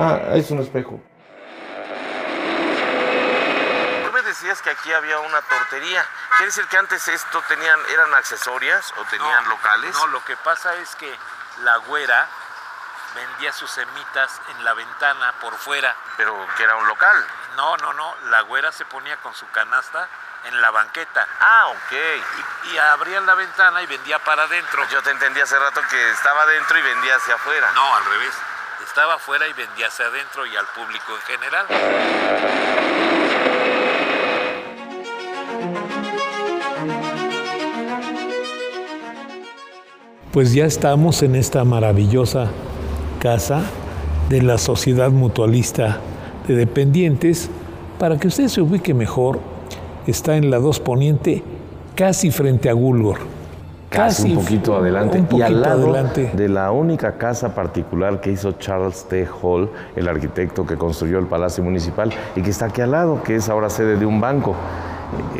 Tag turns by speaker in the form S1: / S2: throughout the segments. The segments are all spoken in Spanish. S1: Ah, es un espejo.
S2: Tú me decías que aquí había una tortería. ¿Quiere decir que antes esto tenían, eran accesorias o tenían locales?
S3: No, lo que pasa es que la güera vendía sus semitas en la ventana por fuera.
S2: Pero que era un local.
S3: No, no, no, la güera se ponía con su canasta en la banqueta
S2: Ah, ok.
S3: y, y abría la ventana y vendía para adentro.
S2: Yo te entendí hace rato que estaba adentro y vendía hacia afuera.
S3: No, al revés. Estaba afuera y vendía hacia adentro y al público en general.
S4: Pues ya estamos en esta maravillosa casa de la Sociedad Mutualista de Dependientes. Para que usted se ubique mejor, está en la 2 Poniente, casi frente a Gulgor.
S1: Casi un poquito adelante.
S4: Un poquito
S1: y al lado
S4: adelante.
S1: de la única casa particular que hizo Charles T. Hall, el arquitecto que construyó el Palacio Municipal y que está aquí al lado, que es ahora sede de un banco.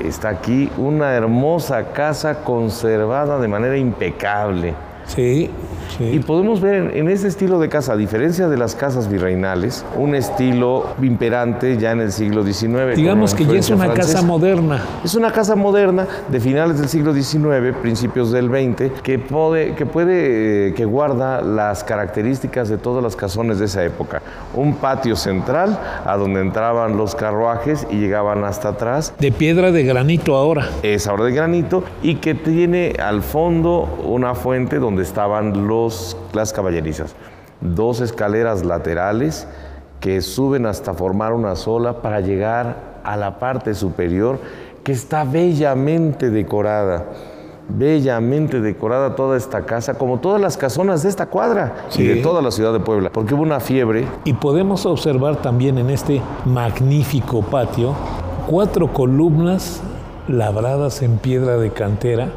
S1: Eh, Está aquí una hermosa casa conservada de manera impecable.
S4: Sí,
S1: Y
S4: sí.
S1: podemos ver en- en este estilo de casa, a diferencia de las casas virreinales, un estilo imperante ya en el siglo XIX. con
S4: Digamos que ya es
S1: influencia
S4: una
S1: francesa.
S4: casa moderna.
S1: Es una casa moderna de finales del siglo XIX, principios del XX, que puede, que puede, eh, que guarda las características de todas las casones de esa época. Un patio central a donde entraban los carruajes y llegaban hasta atrás.
S4: De piedra de granito ahora.
S1: Es ahora eh, de granito y que tiene al fondo una fuente donde estaban los, las caballerizas. Dos escaleras laterales que suben hasta formar una sola para llegar a la parte superior que está bellamente decorada. Bellamente decorada toda esta casa, como todas las casonas de esta cuadra y
S4: Sí.
S1: de toda la ciudad de Puebla, porque hubo una fiebre
S4: Y podemos observar también en este magnífico patio cuatro columnas labradas en piedra de cantera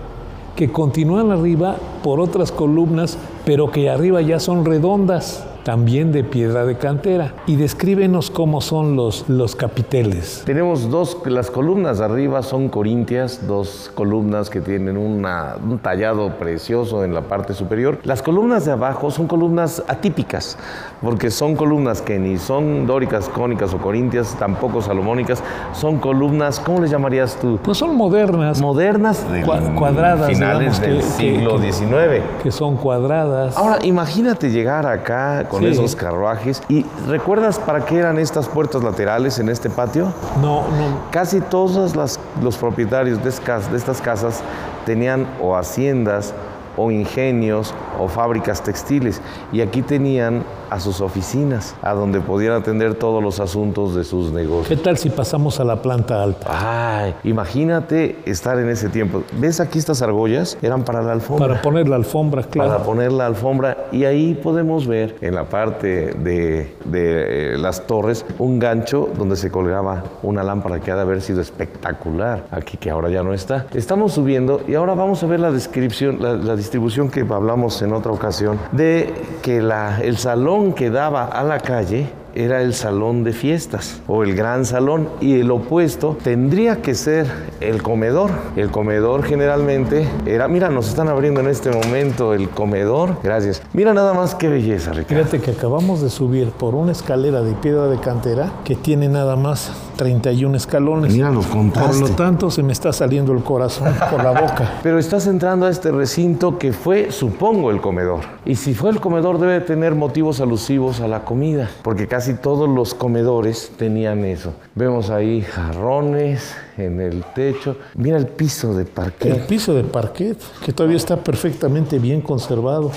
S4: que continúan arriba por otras columnas, pero que arriba ya son redondas, también de piedra de cantera. Y descríbenos cómo son los, los capiteles.
S1: Tenemos dos, las columnas de arriba son corintias, dos columnas que tienen una- un tallado precioso en la parte superior. Las columnas de abajo son columnas atípicas, porque son columnas que ni son dóricas, cónicas o corintias, tampoco salomónicas, son columnas, ¿cómo les llamarías tú?
S4: Pues son modernas,
S1: Modernas del-
S4: Cua- cuadradas,
S1: finales
S4: digamos,
S1: del
S4: que-
S1: siglo
S4: que- que-
S1: XIX.
S4: que son cuadradas.
S1: Ahora, imagínate llegar acá con
S4: Sí.
S1: esos carruajes y ¿recuerdas para qué eran estas puertas laterales en este patio?
S4: No, no.
S1: Casi todos las- los propietarios de, escas- de estas casas tenían o haciendas o ingenios o fábricas textiles y aquí tenían a sus oficinas a donde podían atender todos los asuntos de sus negocios.
S4: ¿Qué tal si pasamos a la planta alta?
S1: Ay, imagínate estar en ese tiempo. ¿Ves aquí estas argollas? Eran para la alfombra.
S4: Para poner la alfombra, claro.
S1: para poner la alfombra y ahí podemos ver en la parte de, de, eh, las torres un gancho donde se colgaba una lámpara que ha de haber sido espectacular aquí que ahora ya no está estamos subiendo y ahora vamos a ver la descripción la, la distribución que hablamos en otra ocasión de que la- el salón que daba a la calle era el salón de fiestas o el gran salón y el opuesto tendría que ser el comedor. El comedor generalmente era, mira, nos están abriendo en este momento el comedor. Gracias. Mira nada más qué belleza, Ricardo.
S4: Fíjate que acabamos de subir por una escalera de piedra de cantera que tiene nada más 31 escalones.
S1: Mira, lo
S4: Por
S1: contaste.
S4: lo tanto, se me está saliendo el corazón por la boca.
S1: Pero estás entrando a este recinto que fue, supongo, el comedor. Y si fue el comedor debe de tener motivos alusivos a la comida, porque casi todos los comedores tenían eso. Vemos ahí jarrones en el techo. Mira el piso de parquet.
S4: El piso de parquet, que todavía está perfectamente bien conservado.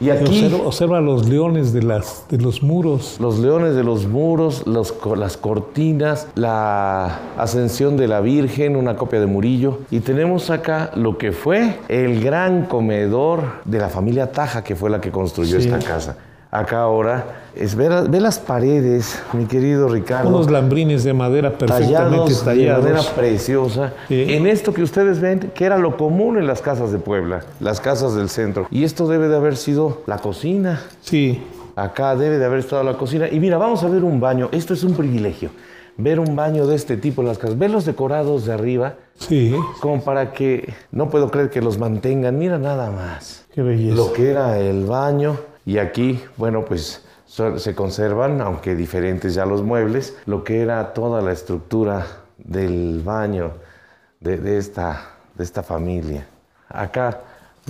S1: Y aquí
S4: Observa, observa los leones de, las, de los muros.
S1: los leones de los muros, los co- las cortinas, la ascensión de la Virgen, una copia de Murillo. Y tenemos acá lo que fue el gran comedor de la familia Taja, que fue la que construyó
S4: Sí.
S1: esta casa. Acá ahora, es ver, ve las paredes, mi querido Ricardo.
S4: Unos lambrines de madera perfectamente
S1: tallados, de
S4: tallados.
S1: manera preciosa.
S4: Sí.
S1: En esto que ustedes ven, que era lo común en las casas de Puebla, las casas del centro. Y esto debe de haber sido la cocina.
S4: Sí,
S1: Acá debe de haber estado la cocina. Y mira, vamos a ver un baño. Esto es un privilegio. Ver un baño de este tipo en las casas. Ver los decorados de arriba,
S4: sí,
S1: como para que no puedo creer que los mantengan. Mira nada más.
S4: qué belleza.
S1: Lo que era el baño. Y aquí, bueno, pues so- se conservan, aunque diferentes ya los muebles, lo que era toda la estructura del baño de, de esta, de esta familia. Acá,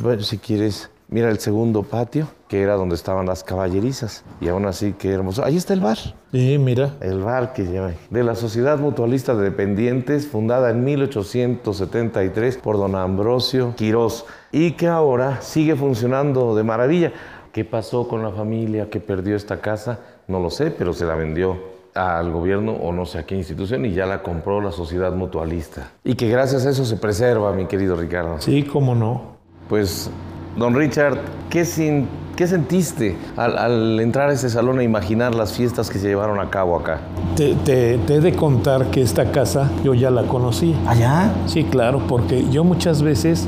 S1: bueno, si quieres, mira el segundo patio, que era donde estaban las caballerizas. Y aún así, qué hermoso. Ahí está el bar.
S4: Sí, mira.
S1: El bar que lleva ahí. de la Sociedad Mutualista de Dependientes, fundada en 1873 por don Ambrosio Quirós, y que ahora sigue funcionando de maravilla. ¿Qué pasó con la familia que perdió esta casa? No lo sé, pero se la vendió al gobierno o no sé a qué institución y ya la compró la Sociedad Mutualista. Y que gracias a eso se preserva, mi querido Ricardo.
S4: Sí, cómo no.
S1: Pues, don Richard, ¿qué, sin- qué sentiste al, al entrar a este salón e imaginar las fiestas que se llevaron a cabo acá?
S4: Te, te- te he de contar que esta casa yo ya la conocí.
S1: ¿Allá?
S4: Sí, claro, porque yo muchas veces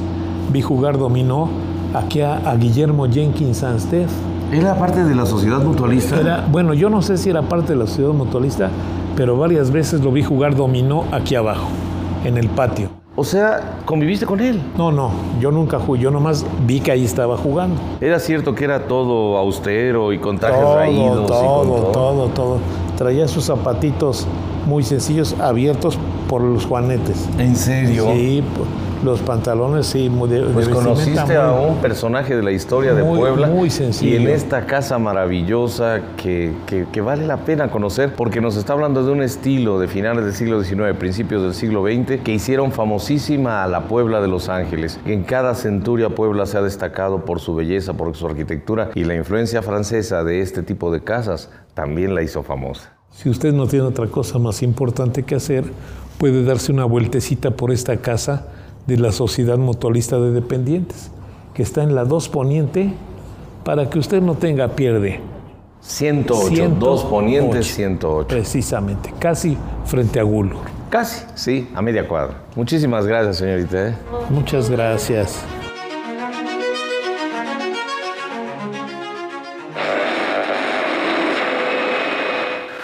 S4: vi jugar dominó aquí a, a Guillermo Jenkins Sanstef.
S1: ¿Era parte de la sociedad mutualista?
S4: Era, bueno, yo no sé si era parte de la ciudad mutualista, pero varias veces lo vi jugar dominó aquí abajo, en el patio.
S1: O sea, conviviste con él.
S4: No, no, yo nunca jugué, yo nomás vi que ahí estaba jugando.
S1: Era cierto que era todo austero y con trajes
S4: todo,
S1: raídos. y con
S4: todo, todo, todo. Traía sus zapatitos muy sencillos, abiertos por los juanetes.
S1: ¿En serio?
S4: Sí, po- los pantalones, sí, muy de, de
S1: Pues
S4: vestimenta
S1: conociste
S4: muy-
S1: a un personaje de la historia de
S4: muy-
S1: Puebla
S4: muy sencillo.
S1: y en esta casa maravillosa que, que- que vale la pena conocer porque nos está hablando de un estilo de finales del siglo XIX, principios del siglo XX que hicieron famosísima a la Puebla de Los Ángeles. En cada centuria Puebla se ha destacado por su belleza, por su arquitectura y la influencia francesa de este tipo de casas también la hizo famosa.
S4: Si usted no tiene otra cosa más importante que hacer, puede darse una vueltecita por esta casa de la Sociedad Mutualista de Dependientes, que está en la 2 Poniente, para que usted no tenga pierde.
S1: 108, dos ponientes, 108.
S4: Precisamente, casi frente a Gulo.
S1: Casi, sí, a media cuadra. Muchísimas gracias, señorita. ¿eh?
S4: Muchas gracias.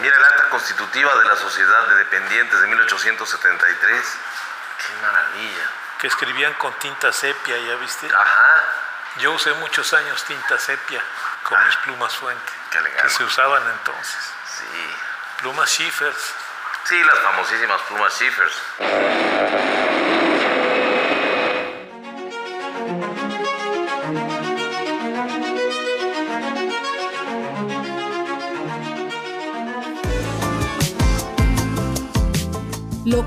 S2: Mira el acta constitutiva de la Sociedad de Dependientes de 1873. ¡Qué maravilla!
S3: Que escribían con tinta sepia, ¿ya viste?
S2: Ajá.
S3: Yo usé muchos años tinta sepia con mis plumas fuente,
S2: Qué elegante.
S3: que se usaban entonces.
S2: Sí.
S3: Plumas Schiffers.
S2: Sí, las famosísimas plumas Schiffers.
S5: Lo